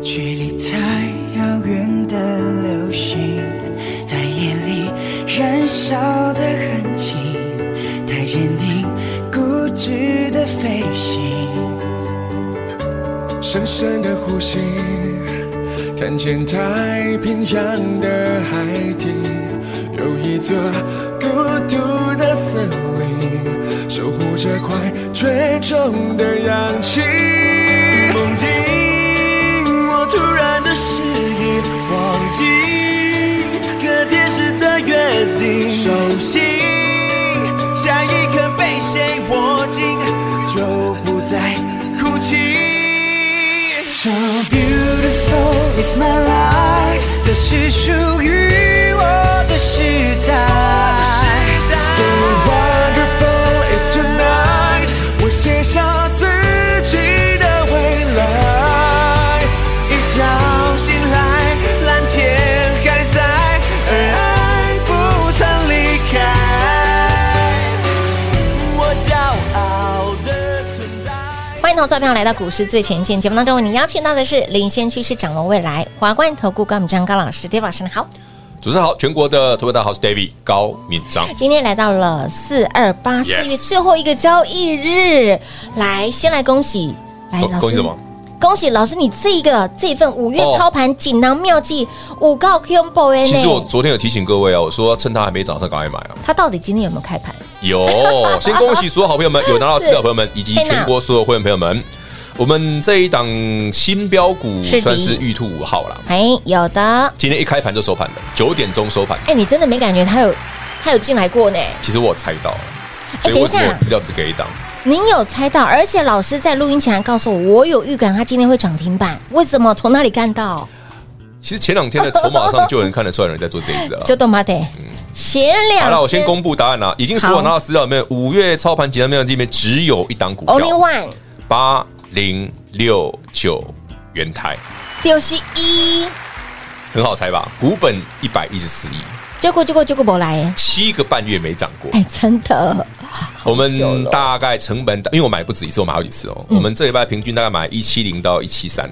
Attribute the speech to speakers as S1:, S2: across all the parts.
S1: 距离太遥远的流星，在夜里燃烧的很轻，太坚定，固执的飞行。
S2: 深深的呼吸，看见太平洋的海底，有一座孤独的森林，守护着快追中的氧气。
S1: 梦境，我突然的失忆，忘记和天使的约定，手心，下一刻被谁握紧，就不再哭泣。So beautiful is my life，这是属于我的时代。
S2: So wonderful it's tonight，我写下自己的未来。
S1: 一觉醒来，蓝天还在，而爱不曾离开。我骄傲的存在。
S3: 欢迎投资者朋友来到股市最前线节目当中，为你邀请到的是领先趋势、掌握未来华冠投顾高敏章高老师，David 老师你好。
S4: 主持人好，全国的投票大家好，我是 David 高敏章。
S3: 今天来到了四二八四
S4: Yes
S3: 月最后一个交易日，来先来恭喜，来
S4: 恭
S3: 哎老师
S4: 哦恭喜什么？
S3: 恭喜老师，你这一个这一份五月
S4: 哦
S3: 操盘锦囊妙计五告 Q Boy 呢？
S4: 其实我昨天有提醒各位啊，我说趁它还没涨上，赶快买 啊。
S3: 他到底今天有没有开盘？
S4: 有，先恭喜所有好朋友们，有拿到资料的朋友们，以及
S3: 天哪
S4: 全国所有会员朋友们。我们这一档新标股
S3: 是的
S4: 算是玉兔五号啦，
S3: 哎，有的。
S4: 今天一开盘就收盘了，九点钟收盘。
S3: 哎，你真的没感觉他有他有进来过呢？
S4: 其实我有猜到，所
S3: 哎等
S4: 以
S3: 一
S4: 为什
S3: 下
S4: 么我资料只给一档？
S3: 您有猜到，而且老师在录音前还告诉我，我有预感他今天会涨停板。为什么？从哪里看到？
S4: 其实前两 天的筹码上就有人看得出来有人在做这一只啊。
S3: 就懂吗？得前两天，
S4: 好了，我先公布答案啦。已经所有
S3: 好
S4: 拿到资料里面，五月操盘集团量里面只有一档股
S3: only
S4: 票
S3: one
S4: 八零六九元台，
S3: 丢西一，
S4: 很好猜吧？股本一百一十四亿，
S3: 结果结果结果不来耶，
S4: 七个半月没涨过。
S3: 哎，真的，
S4: 我
S3: 久
S4: 们
S3: 了
S4: 大概成本，因为我买不止一次，我买好几次哦。
S3: 嗯
S4: 我们这礼拜平均大概买一七零到一七三，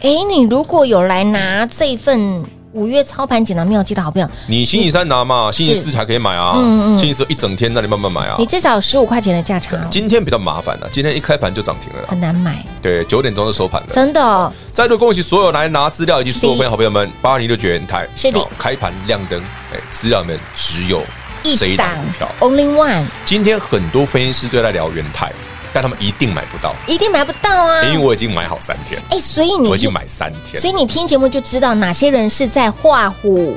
S3: 哎，你如果有来拿这份五月操盘锦囊妙计的好朋友，
S4: 你星期三拿嘛，星期四才可以买啊，
S3: 嗯嗯
S4: 星期四一整天让你慢慢买啊
S3: 你。至少十五块钱的价差哦，
S4: 今天比较麻烦了、今天一开盘就涨停了啦
S3: 很，难买，
S4: 对，九点钟就收盘了。
S3: 真的哦。
S4: 再度恭喜所有来拿资料以及所有朋友好朋友们，八零六九元台
S3: 是的
S4: 哦开盘亮灯，哎，资料里面只有这
S3: 一
S4: 一
S3: 档
S4: 档股票。
S3: only one
S4: 今天很多分析师都在聊元台，但他们一定买不到，
S3: 一定买不到啊！
S4: 因为我已经买好三天，
S3: 哎，所以你
S4: 我已经买三天
S3: 所，以你听节目就知道哪些人是在画虎。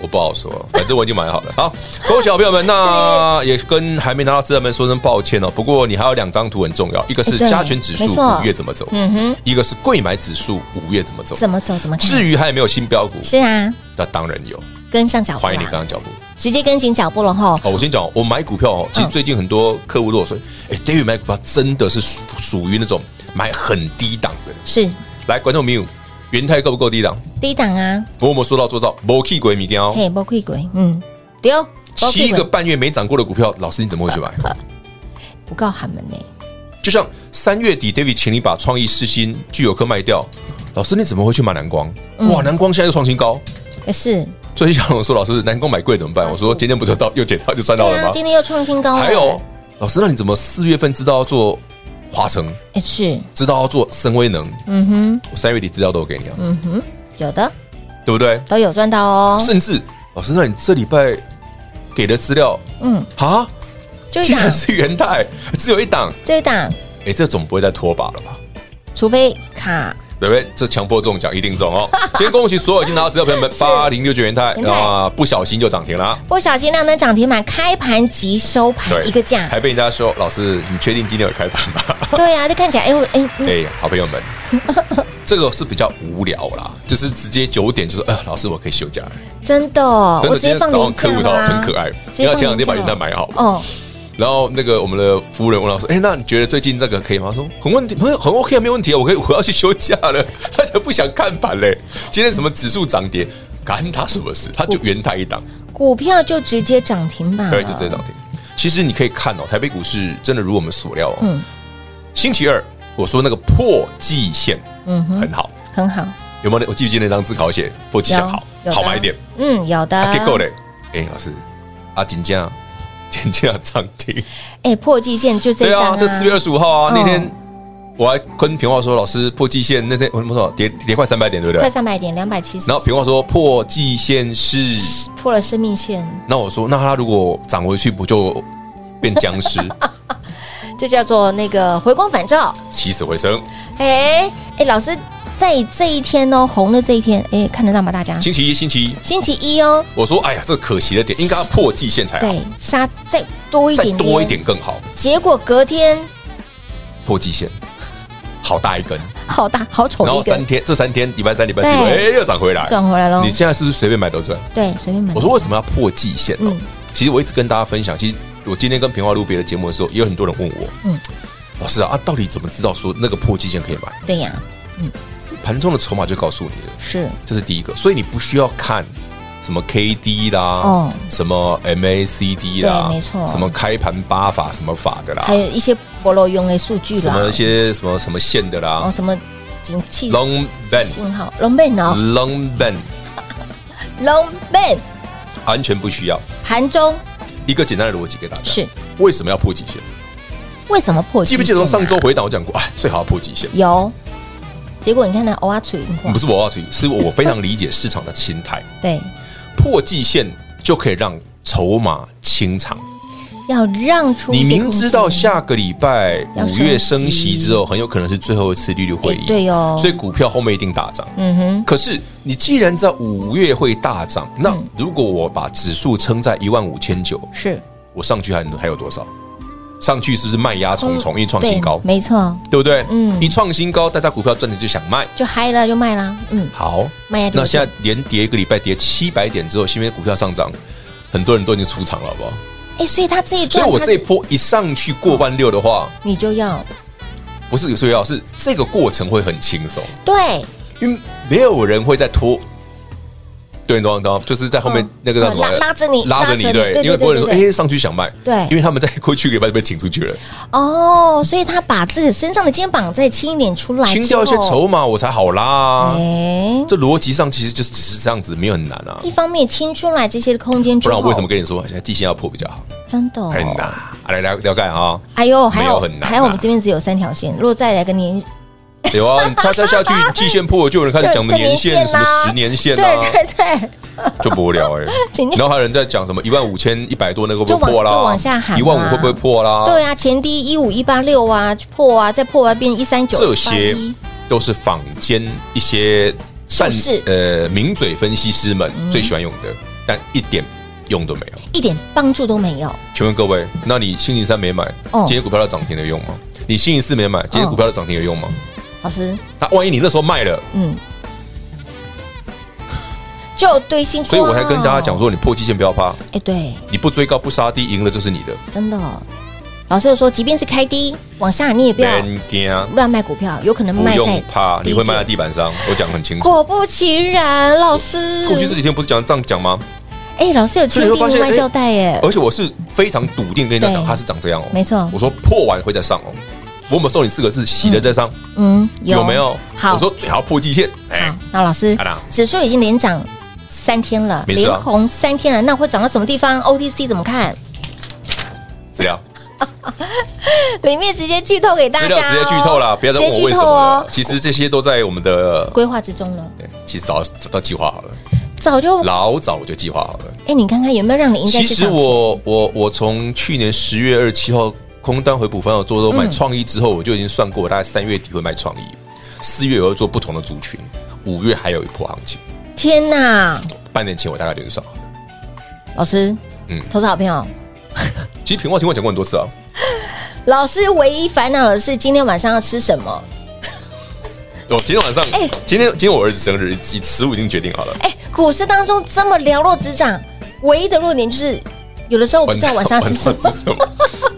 S4: 我不好说，反正我已经买好了。好，恭喜好朋友们，那也跟还没拿到资料们说声抱歉哦。不过你还有两张图很重要，一个
S3: 哎
S4: 是
S3: 对
S4: 加权指数
S3: 没错
S4: 五月怎么走，
S3: 嗯哼，
S4: 一个是贵买指数五月怎么走。
S3: 怎么走怎么看？
S4: 至于还有没有新标股，
S3: 是啊，
S4: 那当然有，
S3: 跟上脚步
S4: 欢迎你
S3: 啦
S4: 跟上脚步。
S3: 直接跟紧脚步了哈。
S4: 哦，我先讲，我买股票
S3: 嗯
S4: 哦，其实最近很多客户都有说，哎、d a v i d 买股票真的是属属于那种买很低档的。
S3: 是
S4: 来，观众朋友，元泰够不够低档？
S3: 低档啊，
S4: 我有没有说到做到？没气鬼米雕，
S3: 嘿，包贵鬼，嗯，丢、哦，没
S4: 哦七
S3: 屁
S4: 个
S3: 股
S4: 半月没涨过的股票，老师你怎么 会去买？
S3: 不够寒门呢。
S4: 就像三月底，David 请你把创意、世新、具有科卖掉，老师你怎么会去买蓝光？
S3: 嗯
S4: 哇，蓝光现在又创新高。
S3: 也呃是，
S4: 最近小龙说，老师蓝光买贵怎么办？我说今天不就到 又解套就算到
S3: 对
S4: 了
S3: 啊，
S4: 吗？
S3: 今天又创新高了。
S4: 还有，老师，那你怎么四月份知道要做华城？
S3: 哎，是，
S4: 知道要做深威能，
S3: 嗯哼，
S4: 我三月底资料都有给你啊，
S3: 嗯哼，有的
S4: 对不对？
S3: 都有赚到哦。
S4: 甚至老师，那你这礼拜给的资料
S3: 嗯，
S4: 啊，
S3: 就一
S4: 竟
S3: 档，
S4: 然是元泰， 只有一档，
S3: 这一档，
S4: 哎，这总不会再拖把了吧？
S3: 除非卡
S4: 对不对？这强迫中奖一定 中哦！先恭喜所有已经拿到资料朋友们，八零六九元泰
S3: 元泰
S4: 啊，不小心就涨停了。啊
S3: 不小心亮灯涨停板，开盘即收盘
S4: 对，
S3: 一个价。
S4: 还被人 家说，老师，你确定今天有开盘吗？
S3: 对啊，这看起来，哎呦，哎，嗯
S4: 哎，好朋友们，这个是比较无聊啦，就是直接九点就说，哎、老师我可以休假了，
S3: 真的哦，
S4: 真
S3: 我
S4: 的
S3: 直
S4: 今
S3: 接
S4: 天
S3: 放
S4: 早上
S3: 年假
S4: 客户他
S3: 啦，
S4: 很可爱，
S3: 直接
S4: 因
S3: 放
S4: 为他前两天把
S3: 年
S4: 元
S3: 假
S4: 旦买好，
S3: 哦，
S4: 然后那个我们的服务人问老师，哎、那你觉得最近这个可以吗？他说很问题，很很 OK 啊，没问题啊，我可以我要去休假了，他才不想看盘嘞。今天什么指数涨跌，干他什么事？他就原太一档，
S3: 股票就直接涨停吧，
S4: 对，就直接涨停。其实你可以看哦，台北股市真的如我们所料哦，
S3: 嗯
S4: 星期二我说那个破季线，
S3: 嗯哼
S4: 很好，
S3: 很好，
S4: 有没有？我记不记得那张自考写破季线
S3: 有
S4: 好
S3: 有的
S4: 好买一点，
S3: 嗯，有的，
S4: 啊，结果嘞，哎，老师，啊，金价金价涨停。
S3: 哎，破季线就这
S4: 对
S3: 一张
S4: 啊，这四月二十五号
S3: 嗯
S4: 啊，那天我还跟平话说，老师破季线那天我多少跌跌快三百点，对不
S3: 快
S4: 对？
S3: 三百点，两百七十，
S4: 然后平话说破季线是，
S3: 破了生命线，
S4: 那我说那它如果涨回去不就变僵 尸，
S3: 这叫做那个回光返照。
S4: 起死回生？
S3: 哎哎，老师在这一天哦，红的这一天，哎，看得到吗？大家
S4: 星期一星期一，
S3: 星期一哦，
S4: 我说哎呀，这可惜了点，应该要破季线才好，
S3: 对，杀再多一
S4: 哎再
S3: 点，
S4: 多一，点更好，
S3: 结果隔天
S4: 破季线。好大一根，
S3: 好大好丑
S4: 然
S3: 的
S4: 后
S3: 哦一
S4: 三
S3: 个
S4: 天，这三天礼拜三、礼拜四，哎
S3: 对，
S4: 又涨回来。
S3: 转回来喽
S4: 你，现在是不是随便买都赚？
S3: 对，随便买。
S4: 我说为什么要破季线呢、
S3: 嗯
S4: 其实我一直跟大家分享，其实我今天跟平花录别的节目的时候，也有很多人问我，
S3: 嗯
S4: 老师啊，啊，到底怎么知道说那个破季线可以买？
S3: 对呀，
S4: 盘中的筹码就告诉你了，
S3: 是
S4: 这是第一个，所以你不需要看什么 KD 啦，
S3: 哦
S4: 什么 MACD 啦，
S3: 对没错
S4: 什么开盘八法什么法的啦
S3: 还，有一些菠萝用的数据
S4: 啊什
S3: 啦
S4: 么一，些什么什么线的
S3: 哦，
S4: 啦、
S3: 什么景气
S4: l o n g band
S3: 信号龙背脑
S4: long band 嗯
S3: 龙背
S4: 完全不需要。
S3: 盘中
S4: 一个简单的逻辑给大家，
S3: 是
S4: 为什么要破季线？
S3: 为什么破
S4: 记
S3: 季线啊？
S4: 不记得说上周回档我讲过，啊，最好要破季线。
S3: 有？结果你看那欧阿锤，你看
S4: 不是我要去，是我非常理解市场的心态，
S3: 对，
S4: 破季线就可以让筹码清场。
S3: 要让出一
S4: 你
S3: 些
S4: 明知道
S3: 空间
S4: 下个礼拜
S3: 要
S4: 五月
S3: 升息
S4: 升息之后，很有可能是最后一次利率会
S3: 哎
S4: 议，
S3: 对哦
S4: 所以股票后面一定大涨。
S3: 嗯哼，嗯
S4: 可是你既然在五月会大涨，那如果我把指数撑在一万五千九，
S3: 是
S4: 我上去还能还有多少？上去是不是卖压重重，因为创
S3: 哦对
S4: 新高，
S3: 没错，
S4: 对不对？
S3: 嗯
S4: 一创新高，大家股票赚钱就想卖。
S3: 就嗨了就卖啦，嗯，
S4: 好，
S3: 卖呀就
S4: 那现在连跌一个礼拜，跌七百点之后，新边股票上涨，很多人都已经出场了，好不好？
S3: 哎，所以他这一
S4: 所
S3: 段，
S4: 以我
S3: 他
S4: 这一波一上去过万六的话，
S3: 你就要
S4: 不是有时候要是这个过程会很轻松，
S3: 对
S4: 因为没有人会再拖。对，你懂吗懂吗？就是在后面
S3: 嗯
S4: 那个叫什么？
S3: 拉拉着你
S4: 拉着
S3: 拉着
S4: 你，
S3: 你
S4: 对
S3: 对，
S4: 因为
S3: 对
S4: 不会有人说，
S3: 对对
S4: 哎，上去想卖，
S3: 对
S4: 因为他们在过去一个礼拜就被请出去了，
S3: 哦，所以他把自己身上的肩膀再轻一点出来，
S4: 清掉一些筹，码，我才好拉。
S3: 哎，
S4: 这逻辑上其实就是只是这样子，没有很难啊
S3: 一。方面清出来这些空间之
S4: 不然
S3: 后，
S4: 我为什么跟你说现在季线要破比较好？
S3: 真的哦
S4: 很难，啊来了了解啊。
S3: 哎呦，还有
S4: 没有很难啊
S3: 还有我们这边只有三条线，如果再来个年，
S4: 有啊，你叉 叉下去，季线破了，就有人开始讲什么年线、什么十年线
S3: 对
S4: 啊，
S3: 对对，
S4: 就不无聊哎
S3: 今。天
S4: 然后还有人在讲什么一万五千一百多那个会不
S3: 就往
S4: 会破啦？
S3: 就往下喊嘛啊
S4: 一万五会不会破啦？
S3: 对啊，前低一五一八六啊，破啊，再破啊，变一三九
S4: 这些都是坊间一些善
S3: 术士
S4: 呃名嘴分析师们
S3: 嗯
S4: 最喜欢用的，但一点用都没有。
S3: 一点帮助都没有。
S4: 请问各位，那你星期三没买，
S3: 哦
S4: 今天股票的涨停有用吗？你星期四没买，今天股票的涨停有用吗？
S3: 老师，
S4: 那万一你那时候卖了，
S3: 嗯，就堆新
S4: 所以我才跟大家讲，说，你破季线不要怕，
S3: 哎，对，
S4: 你不追高不杀低，赢了就是你的。
S3: 真的哦。老师又说，即便是开低往下，你也不要
S4: 免惊，
S3: 乱卖股票，有可能
S4: 不
S3: 卖在
S4: 用怕，
S3: 低
S4: 你会卖在
S3: 点。
S4: 地板上，我讲很清楚。
S3: 果不其然，老师，
S4: 过去这几天不是讲这样讲吗？
S3: 哎，老师有签
S4: 所以你
S3: 订
S4: 会发
S3: 外
S4: 现哎
S3: 胶带耶，
S4: 而且我是非常笃定跟你讲，
S3: 对
S4: 它是长这样哦，
S3: 没错
S4: 我说破完会再上哦，我有没有送你四个字，洗了再上，
S3: 嗯，
S4: 有没有？
S3: 好，
S4: 我说最好破季线，哎
S3: 好，，那老师
S4: 好啦，
S3: 指数已经连涨三天了，
S4: 没事啊
S3: 连红三天了，那会涨到什么地方？OTC 怎么看？
S4: 资料
S3: 里面直接剧透给大
S4: 资
S3: 家、
S4: 料
S3: 哦，
S4: 直接剧透啦，不要再问我为
S3: 直接
S4: 什
S3: 剧透
S4: 么了
S3: 哦。，
S4: 其实这些都在我们的，
S3: 规划之中了，
S4: 对其实早早到计划好了，
S3: 早就
S4: 老早我就计划好了。
S3: 哎，你看看有没有让你赢在
S4: 其
S3: 市
S4: 实
S3: 场前？
S4: 我我我从去年十月二十七号空单回补反手做多买
S3: 嗯
S4: 创意之后，我就已经算过，我大概三月底会卖创意，四月我会做不同的族群，五月还有一波行情。
S3: 天哪，
S4: 半年前我大概就已经算好了。
S3: 老师，
S4: 嗯
S3: 投资好朋友，
S4: 其实平话听我讲过很多次啊，
S3: 老师唯一烦恼的是今天晚上要吃什么。
S4: 哦，今天晚上，
S3: 哎
S4: 今天今天我儿子生日，已十五已经决定好了。
S3: 哎，股市当中这么寥落指掌，唯一的弱点就是有的时候我不知道晚上要吃什么，
S4: 晚上吃什么？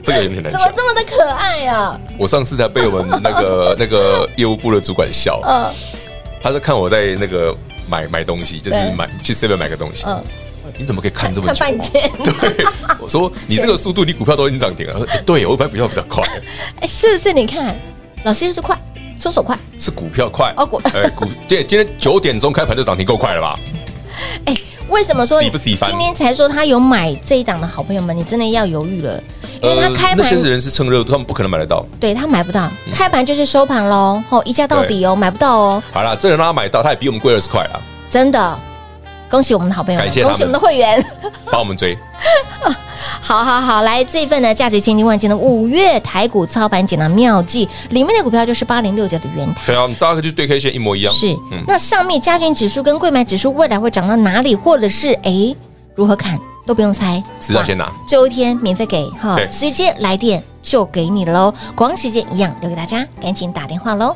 S4: 这个有点 难
S3: 怎么
S4: 讲。
S3: 这么的可爱啊？
S4: 我上次才被我们那 个那个业务部的主管笑，
S3: 嗯
S4: 他是看我在那个买买东西，就是
S3: 对
S4: 买去 seven 买个东西，
S3: 嗯，
S4: 你怎么可以看这么
S3: 看
S4: 久？
S3: 半天，
S4: 对，我说你这个速度，你股票都已经涨停了。他说、哎对，我买股票比较 快，
S3: 哎，是不是？你看，老师就是快，收手快。
S4: 是股票快。
S3: 哦股
S4: 哎股，今今天九点钟开盘就涨停，够快了吧？
S3: 哎，为什么说
S4: 喜不喜欢
S3: 今天才说他有买这一档的好朋友们，你真的要犹豫了，因为他开
S4: 呃那
S3: 盘
S4: 些人是嗯趁热度，他们不可能买得到。
S3: 对他买不到，开盘就是收盘喽，吼，一价到底哦，买不到哦，
S4: 好啦，这人让他买到，他也比我们贵二十块啦，
S3: 真的。恭喜我们的好朋友们，
S4: 感谢他
S3: 恭
S4: 们
S3: 喜我们的会员。
S4: 帮我们追。
S3: 好好好，来这一份呢，价值千金万金的五月台股操盘锦囊妙计，里面的股票就是八零六九的元台。
S4: 对啊，你大概就对 K 线一模一样。
S3: 是，
S4: 嗯
S3: 那上面加权指数跟贵买指数未来会涨到哪里，或者是哎如何看都不用猜，
S4: 知道先拿
S3: 哇最后一天免费给哈，
S4: 对
S3: 直接来电就给你喽，广喜时间一样留给大家，赶紧打电话喽。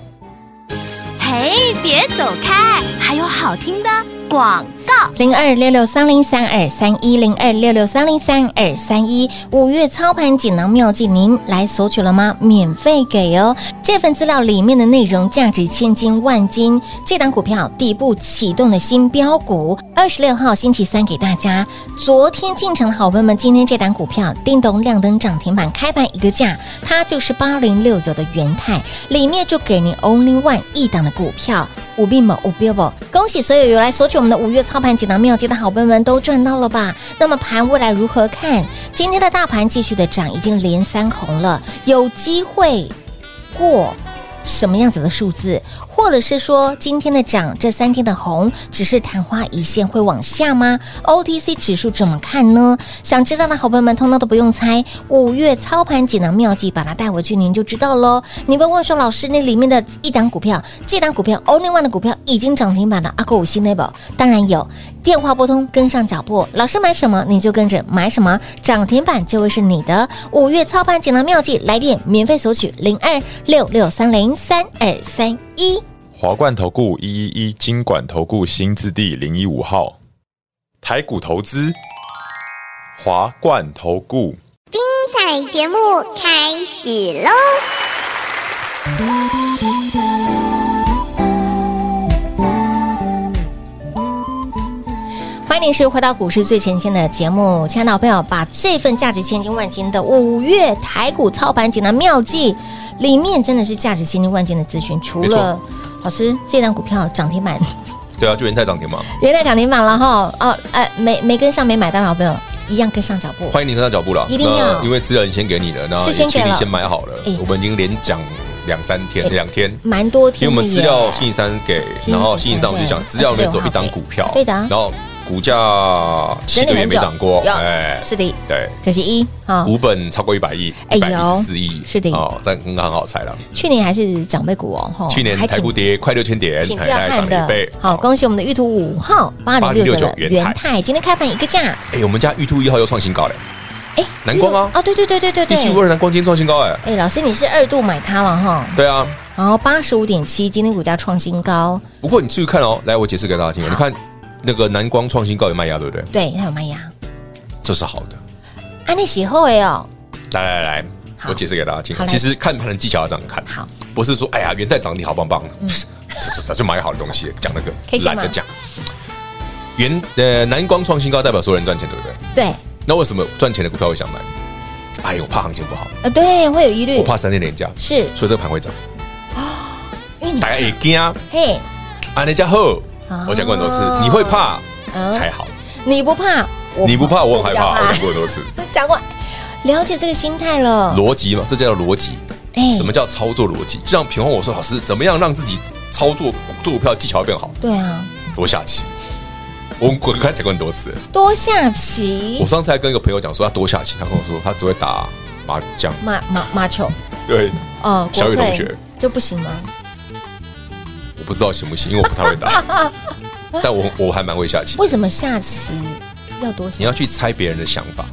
S5: 嘿，别走开，还有好听的广告。
S3: 零二六六三零三二三一零二六六三零三二三一五月操盘锦囊妙计，您来索取了吗？免费给哦！这份资料里面的内容价值千金万金，这档股票底部启动的新标股，二十六号星期三给大家。昨天进场的好朋友们，今天这档股票叮咚亮灯涨停板，开盘一个价，它就是八零六九的元泰，里面就给您 only one 一档的股票。五必某五 b i b 恭喜所有有来索取我们的五月操盘锦囊妙计的好朋友们都赚到了吧？那么盘未来如何看？今天的大盘继续的涨，已经连三红了，有机会过。什么样子的数字，或者是说今天的涨，这三天的红只是昙花一现，会往下吗？OTC 指数怎么看呢？想知道的好朋友们，通通都不用猜，五月操盘锦囊妙计，把它带回去您就知道喽。你问问说，老师，那里面的一档股票，这档股票 Only One 的股票已经涨停板了，阿哥五星 Level 当然有，电话拨通跟上脚步，老师买什么你就跟着买什么，涨停板就会是你的。五月操盘锦囊妙计，来电免费索取零二六六三零三二三一。
S6: 华冠投顾一一一金管投顾新字第零一五号，台股投资，华冠投顾。
S7: 彩节目开始喽！
S3: 欢迎您是回到股市最前线的节目，亲爱的好朋友，把这份价值千金万金的五月台股操盘锦囊妙计里面，真的是价值千金万金的资讯。除
S4: 没错
S3: 了老师这张股票涨停板，
S4: 对啊，就元泰涨停嘛。
S3: 原来涨停板了哈，哦，呃，没没跟上没买到的好朋友，一样跟上脚步。
S4: 欢迎你跟上脚步了，
S3: 一定要
S4: 那因为资料已经先给你了，那
S3: 是
S4: 也
S3: 先给
S4: 请你
S3: 了
S4: 先买好了
S3: 哎。
S4: 我们已经连讲两三天，两天。
S3: 蛮多
S4: 因为
S3: 天
S4: 我
S3: 的耶，
S4: 们资料星期三给，
S3: 期
S4: 然后
S3: 三
S4: 星期三我们就想
S3: 对啊
S4: 资料里面走一档股票，
S3: 对的啊
S4: 然后股价七
S3: 整
S4: 个
S3: 理
S4: 月
S3: 很
S4: 没
S3: 久
S4: 涨过，
S3: 有
S4: 哎，
S3: 是的，
S4: 对，
S3: 九十一啊，
S4: 股本超过一百亿，
S3: 哎
S4: 一
S3: 有
S4: 百一十四亿，
S3: 是的
S4: 哦，这很很好猜了。
S3: 去年还是长辈股哦，哈，
S4: 去年
S3: 还挺
S4: 台股跌快六千点，
S3: 挺
S4: 哎
S3: 彪
S4: 大概
S3: 悍
S4: 涨了一倍哦
S3: 的。。好，恭喜我们的玉兔五号八零六九的
S4: 8069元
S3: 元
S4: 泰
S3: 泰，今天开盘一个价，
S4: 哎，我们家玉兔一号又创新高嘞，
S3: 哎，
S4: 南光啊
S3: 哦，对对对对对
S4: 一七五
S3: 对，
S4: 二南光今天创新高哎，
S3: 哎，老师你是二度买它了哈，
S4: 对啊。
S3: 然后八十五点七，今天股价创新高，
S4: 不过你注意看哦，来我解释给大家听哦，你看那个南光创新高有卖压对不对？
S3: 对，它有卖压，
S4: 这是好的。
S3: 安利喜后哎哦，
S4: 来来来，
S3: 好
S4: 我解释给大家听哦
S3: 好。来
S4: 其实看盘的技巧要这样看，
S3: 好，嗯
S4: 不是说哎呀元代涨停好棒棒，不是 这这早就买好的东西，讲那个
S3: 可以先
S4: 懒
S3: 吗
S4: 得讲。元呃南光创新高代表所有人赚钱对不对？
S3: 对，
S4: 那为什么赚钱的股票会想买？哎呦，我怕行情不好，
S3: 呃，对，会有疑虑
S4: 我，怕三天连假，
S3: 是
S4: 所以这个盘会涨。
S3: 因为你
S4: 大家也惊，
S3: 嘿，
S4: 安那家后
S3: 哦，
S4: 我讲过很多次，你会怕
S3: 嗯
S4: 才好，
S3: 你不怕，我
S4: 啊你不怕我很害
S3: 比
S4: 怕，
S3: 较
S4: 我讲过很多次，
S3: 讲过，了解这个心态了。
S4: 逻辑嘛，这叫逻辑。
S3: 嗯哎
S4: 什么叫操作逻辑？就像平问我说，老师怎么样让自己操作做股票技巧变好？
S3: 对啊，
S4: 多下棋。我我刚才讲过很多次，
S3: 多下
S4: 我
S3: 棋，
S4: 上次还跟一个朋友讲说他多下棋，他跟我说他只会打麻将，
S3: 马马马球，
S4: 对，
S3: 哦，国
S4: 小雨
S3: 粹
S4: 同学
S3: 就不行吗？
S4: 我不知道行不行，因为我不太会 打，但我我还蛮会下棋。
S3: 为什么下棋要多下棋？
S4: 你要去猜别人的想法，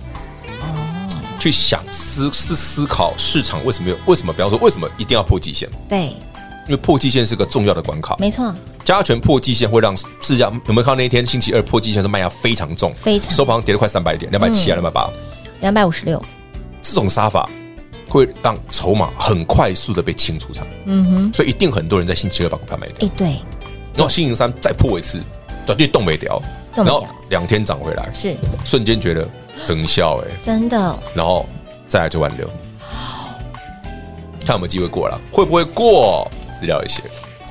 S3: 哦
S4: 去想思思思考市场为什么有为什么，比方说为什么一定要破季线，
S3: 对
S4: 因为破季线是个重要的关卡。
S3: 没错，
S4: 加权破季线会让市价有没有看到那一天星期二破季线是卖压非常重，
S3: 非常嗯
S4: 收盘跌了快三百点，两百七啊，两百八。
S3: 两百五十六，
S4: 这种杀法会让筹码很快速的被清出场，嗯哼，所以一定很多人在星期二把股票卖掉，
S3: 哎，对，
S4: 然后星期三再破一次，转对动没掉，
S3: 动
S4: 然
S3: 没
S4: 后
S3: 掉
S4: 两天涨回来，
S3: 是
S4: 瞬间觉得真笑哎、
S3: 真的，
S4: 然后再来就万六，看有没有机会过了，会不会过？资料一些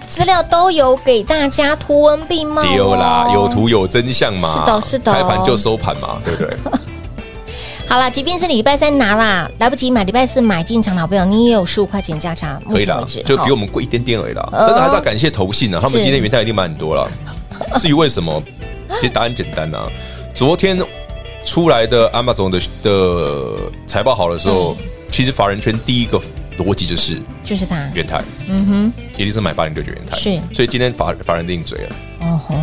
S3: 资料都有给大家图文并茂、哦，
S4: 丢啦，有图有真相嘛，
S3: 是的是的
S4: 开盘就收盘嘛，对 不对？
S3: 好啦，即便是礼拜三拿啦，来不及买礼拜四买进场的好朋友，你也有十五块钱价差，目
S4: 可以
S3: 前
S4: 啦
S3: 为止，
S4: 就比我
S3: 们
S4: 们贵一点点而已啦。
S3: 哦
S4: 真的还是要感谢投信啊，他们
S3: 是
S4: 今天元旦一定买很多 啦。至于为什么，其实答案简单啊。昨天出来的 Amazon 的的财报好的时候，
S3: 嗯
S4: 其实法人圈第一个逻辑就是
S3: 就是它，
S4: 元泰，
S3: 嗯哼，
S4: 一定是买八零六九元泰。
S3: 是
S4: 所以今天法法人定嘴了。
S3: 哦吼，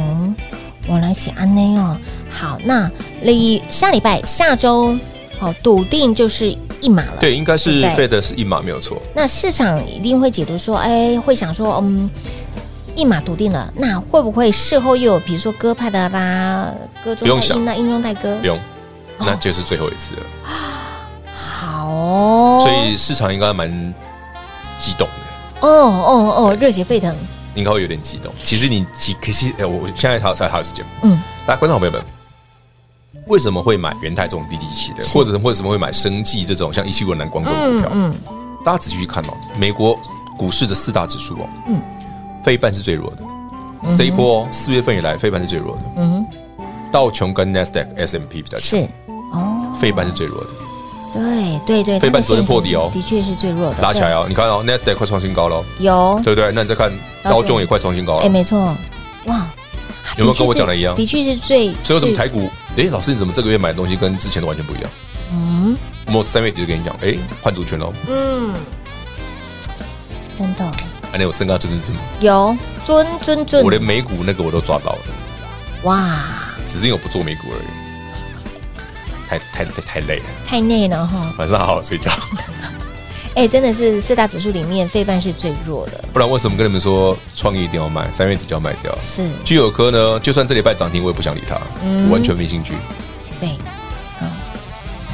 S3: 我来写安内哦。好，那礼下礼拜下周哦，笃定就是一码了。
S4: 对，应该是
S3: 对不对
S4: Fed 是一码没有错。
S3: 那市场一定会解读说，哎，会想说，嗯，一码笃定了，那会不会事后又有比如说鸽派的啦，鸽
S4: 不
S3: 中
S4: 用
S3: 带鹰
S4: 想
S3: 那鹰中带鸽
S4: 不？用，
S3: 哦
S4: 那就是最后一次了。
S3: 好、哦，
S4: 所以市场应该蛮激动的。
S3: 哦哦哦，热血沸腾，
S4: 应该会有点激动。其实你其可惜，哎，我我现在还有才还有时间。
S3: 嗯，
S4: 来，观众朋友们，为什么会买元泰这种低基期的，或者为什么会买生技这种像一七五南光这种股票？
S3: 嗯
S4: 大家仔细去看哦，美国股市的四大指数哦，
S3: 嗯
S4: 嗯，非半是最弱的。这一波哦四月份以来，非半是最弱的。
S3: 嗯，
S4: 道琼跟 NASDAQ、S M P 比较强，
S3: 是哦，
S4: 非半是最弱的，
S3: 对对对，
S4: 非
S3: 它的
S4: 半昨
S3: 现
S4: 天破底哦
S3: 的确是最弱的，
S4: 拉起来哦。你看哦，NASDAQ 快创新高了哦，
S3: 对，有，
S4: 对不对？那你再看
S3: 道
S4: 道
S3: 琼
S4: 琼也快创新
S3: 嗯
S4: 高
S3: 哎，
S4: 了，
S3: 没错，哇，
S4: 有没有
S3: 确
S4: 跟我
S3: 是
S4: 讲的一样
S3: 的确是最，
S4: 所以为什
S3: 最
S4: 么台股？哎，老师，你怎么这个月买的东西跟之前的完全不一样？
S3: 嗯
S4: 我三月底就跟你讲，哎，换主权喽。
S3: 嗯，真的哦
S4: 哎，那我身高就是这么，
S3: 有尊尊尊
S4: 我，连美股那个我都抓到了，
S3: 哇，
S4: 只是因为我不做美股而已。 太太太太累了，
S3: 太累了哈，
S4: 晚上好好睡觉。
S3: 哎，真的是四大指数里面费半是最弱的，
S4: 不然为什么跟你们说创意一定要卖？三月底就要卖掉。
S3: 是
S4: 聚友科呢，就算这礼拜涨停，我也不想理它，
S3: 嗯
S4: 我完全没兴趣。
S3: 对，嗯，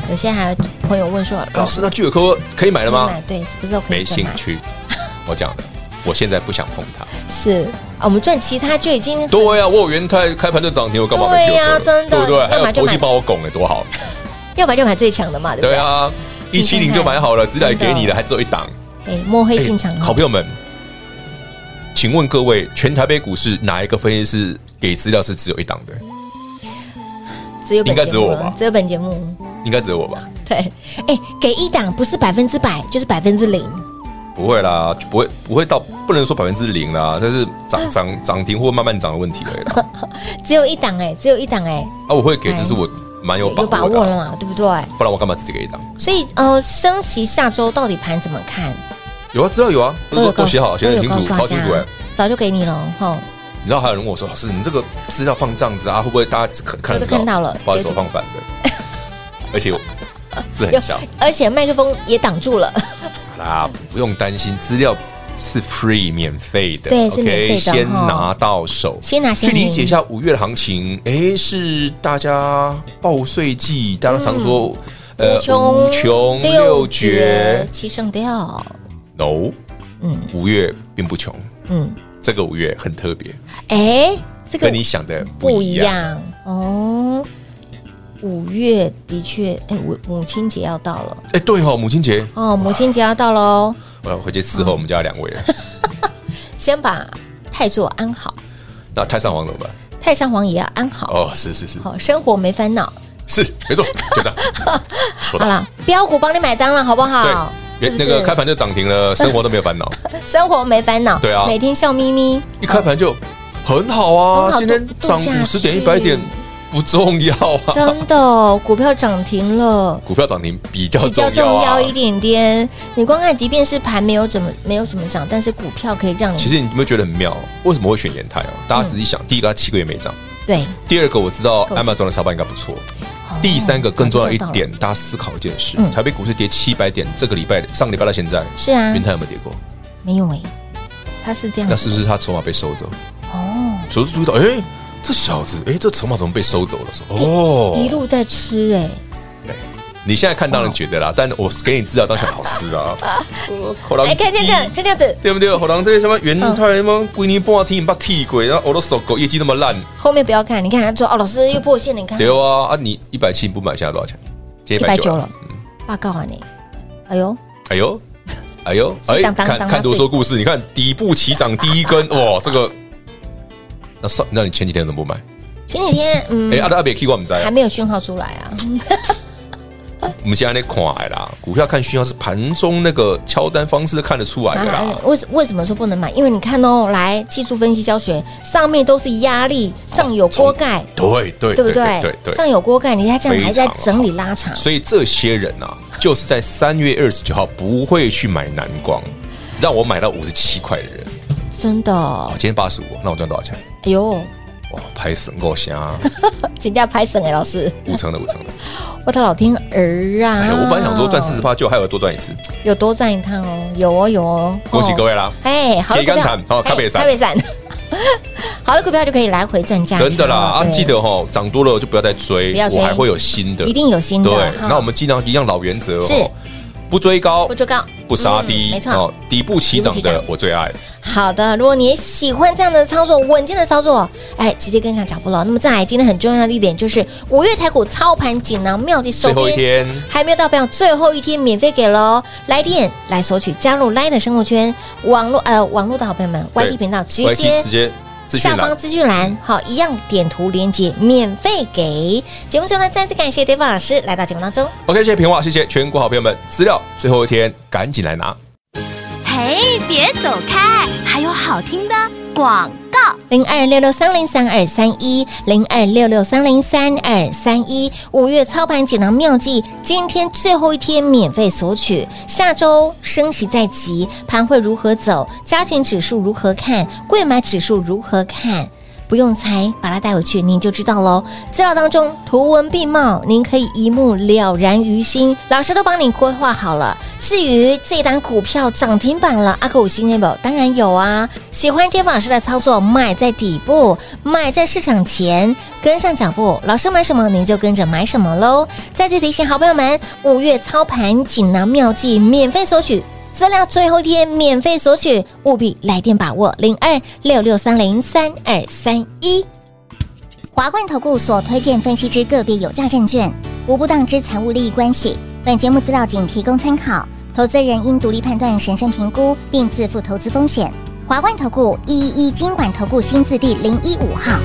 S3: 有些还有朋友问说，
S4: 老师，那聚友科可以买了
S3: 可以
S4: 吗
S3: 买？对，是不是都可以
S4: 没
S3: 再
S4: 兴
S3: 买
S4: 趣，我讲的，我现在不想碰它。
S3: 是啊，我们赚其他就已经
S4: 对啊，我有元泰开盘就涨停，我干嘛没聚
S3: 对
S4: 友
S3: 呀
S4: 科？
S3: 真的
S4: 对不对？还
S3: 要买
S4: 有
S3: 就
S4: 国
S3: 买
S4: 际帮我拱哎，多好。
S3: 要买就买最强的嘛，对不
S4: 对
S3: 对？
S4: 啊，一
S3: 你
S4: 七
S3: 看
S4: 零
S3: 看
S4: 就买好了，资料也
S3: 真
S4: 给
S3: 的
S4: 你了，还只有一档。
S3: 哎，摸黑进场
S4: 哎
S3: 哦
S4: 好朋友们，请问各位，全台北股市哪一个分析师给资料是只有一档的？
S3: 只有本
S4: 应该
S3: 节
S4: 只有
S3: 目
S4: 我
S3: 啊
S4: 吧
S3: 只有本节目。
S4: 应该只有我吧？
S3: 对，哎，给一档不是百分之百，就是百分之零，
S4: 不会啦，就不会不会到不能说百分之零啦，但是
S3: 嗯
S4: 涨涨涨停或慢慢涨的问题而已啦。
S3: 只有一档哎，只有一档哎，
S4: 啊，我会给，只是我蛮有
S3: 有
S4: 把
S3: 把
S4: 握
S3: 握
S4: 的
S3: 了
S4: 啊，
S3: 嘛，对不对？
S4: 不然我干嘛自己给一档？
S3: 所以呃，升息下周到底盘怎么看？
S4: 有啊，资料有啊，都
S3: 有
S4: 都写好，写
S3: 都
S4: 的
S3: 有
S4: 很清
S3: 告诉大
S4: 楚，超清楚哎
S3: 家。，早就给你了吼。
S4: 你知道还有人问我说，老师，你这个资料放这样子啊，会不会大家只看看得
S3: 都看到了
S4: 不好意思，
S3: 截
S4: 我
S3: 图
S4: 放反的， 而且我字很小。
S3: 而且麦克风也挡住 了，
S4: 好啦，不用担心，资料是 free 免费的，
S3: 对是免费的
S4: 先
S3: 哈
S4: 拿到手，
S3: 先拿先
S4: 去
S3: 赢
S4: 理解一下五月的行情。诶，是大家报税季，大家常
S3: 嗯
S4: 说、
S3: 五
S4: 呃五穷六绝
S3: 七上吊，
S4: ，no，
S3: 嗯
S4: 五月并不穷，
S3: 嗯，
S4: 这个五月很特别，
S3: 哎，这个
S4: 跟你想的
S3: 不
S4: 不
S3: 一
S4: 一样。
S3: 样哦。五月的确，哎、我母亲节要到了
S4: 哎，对哦，母亲节，
S3: 哦，母亲节要到了哦，
S4: 我要回去伺候我们家 两位了。
S3: 先把太座安好，
S4: 那太上皇怎么办？
S3: 太上皇也要安好，
S4: 哦，是是是
S3: 好、生活没烦恼。
S4: 是，没错，就 这样。
S3: 好
S4: 说到
S3: 了，标股帮你买单了，好不好？
S4: 对，
S3: 是不
S4: 那
S3: 是
S4: 个开盘就涨停 了，生活都没有烦恼。
S3: 生活没烦恼，
S4: 对啊
S3: 每天笑眯 眯，
S4: 一开盘就很好啊，
S3: 哦很好
S4: 今天
S3: 度
S4: 涨
S3: 度假
S4: 五十点一
S3: 区
S4: 百点不重要 啊，
S3: 真的，股票涨停了。
S4: 股票涨停比较
S3: 比
S4: 哦重
S3: 较重
S4: 要啊
S3: 要。一点点，你光看，即便是盘没有怎么没有怎么涨，但是股票可以让你
S4: 其实你有没有觉得很妙？为什么会选延泰啊？大家仔细想，第一个它七个月没涨，
S3: 对
S4: 第二个我知道
S3: 够
S4: Amazon 的沙发应该不错，
S3: 哦
S4: 第三个更重要一
S3: 早就
S4: 点
S3: 料到了，
S4: 大家思考一件事
S3: 嗯：
S4: 台北股市跌七百点，这个礼拜上个礼拜到现在，
S3: 是啊
S4: 元泰有没有跌过？
S3: 没有哎、它他是这样
S4: 那
S3: 子
S4: 是不是他筹码被收走？哦，所以就注意到，哎，这小子，哎，这筹码怎么被收走了？哦，
S3: 一路在吃哎、
S4: 对，你现在看当然觉
S3: 哦
S4: 得啦，但我给你资料当下老 师啊，呃口
S3: 来
S4: 狼
S3: 哎看看看嗯看这样子，
S4: 对不对？好狼这些什么元泰什么龟泥半天把屁鬼，然后我的手狗业绩那么烂，
S3: 后面不要看，你看他说哦，老师又破线了，你看
S4: 对啊啊！你一百七不买，现在多少钱？今
S3: 一
S4: 天
S3: 百
S4: 190
S3: 九了，报告啊你，哎呦，
S4: 哎呦，哎呦，哎
S3: 是，当当
S4: 看
S3: 当
S4: 看
S3: 当
S4: 多
S3: 是
S4: 说故事，你看底部起涨第一根， 哇，这个，那上，那你前几天怎么不买？
S3: 前几天嗯、
S4: 哎，阿达阿别 K 我们在
S3: 还，没有讯号出来啊，
S4: 我们现在那看的啦，股票看讯号是盘中那个敲单方式看得出来的啊啦。
S3: 哎为什为什么说不能买？因为你看哦，来技术分析教学上面都是压力，上有锅盖，
S4: 对对
S3: 对不对？
S4: 对对。
S3: 上有锅盖，你还这样还在
S4: 非常好
S3: 整理拉长，
S4: 所以这些人啊，就是在三月二十九号不会去买蓝光，让我买到五十七块的人，
S3: 真的，
S4: 哦，今天八十五，那我赚多少钱？
S3: 哎呦，
S4: 哇，拍死我虾，
S3: 请假拍省哎，老师，
S4: 五成的五成的。
S3: 我的老天儿啊！
S4: 哎呀，我本来想说赚四十
S3: 哦
S4: 八，就还有多赚一次，
S3: 有多赚一趟哦，有哦有哦，
S4: 恭喜各
S3: 位！
S4: 位啦！
S3: 哎，好的
S4: 可以
S3: 股
S4: 跟
S3: 票
S4: 谈，好
S3: 哎
S4: 咖啡散
S3: 咖啡散， 好的股票就可以来回赚价差了，
S4: 真的啦，啊，
S3: 对
S4: 记得哈，涨多了就不要再追
S3: 不要，追
S4: 我还会有新的，
S3: 一定有新的
S4: 对。
S3: 哈
S4: 那我们尽量一样老原则
S3: 是
S4: 哦，不追高
S3: 不，追高，
S4: 不杀低
S3: 嗯，没错
S4: 哦，底部起涨
S3: 底部起
S4: 的
S3: 涨
S4: 我最爱。
S3: 好的，如果你也喜欢这样的操作，稳健的操作，哎，直接跟上脚步了。那么再来，今天很重要的一点就是五月台股操盘锦囊妙计收
S4: 最后一天
S3: 还没有到表，最后一天免费给喽！来电来索取，加入 Line 的生活圈，网络呃网络的好朋友们
S4: 对
S3: ，YT 频道直
S4: YT
S3: 接
S4: 直接资讯
S3: 下
S4: 栏
S3: 方。资讯栏，好，一样点图连接，免费给。节目中呢，再次感谢 David 老师来到节目当中。
S4: OK，谢谢平话，谢谢全国好朋友们，资料最后一天赶紧来拿。
S5: 嘿，别走开，还有好听的广告。
S3: 零二六六三零三二三一，零二六六三零三二三一。五月操盘锦囊妙计，今天最后一天免费索取。下周升息在即，盘会如何走？加权指数如何看？贵买指数如何看？不用猜，把它带回去您就知道喽。资料当中图文并茂，您可以一目了然于心，老师都帮你规划好了。至于这档股票涨停板了，阿狗五星 able 当然有啊。喜欢 Jeff 老师的操作，买在底部，买在市场前，跟上脚步，老师买什么您就跟着买什么喽。再次提醒好朋友们，五月操盘锦囊妙计免费索取。资料最后一天免费索取，务必来电把握零二六六三零三二三一。
S7: 华冠投顾所推荐分析之个别有价证券，无不当之财务利益关系。本节目资料仅提供参考，投资人应独立判断、审慎评估，并自负投资风险。华冠投顾一一一金管投顾新字第零一五号。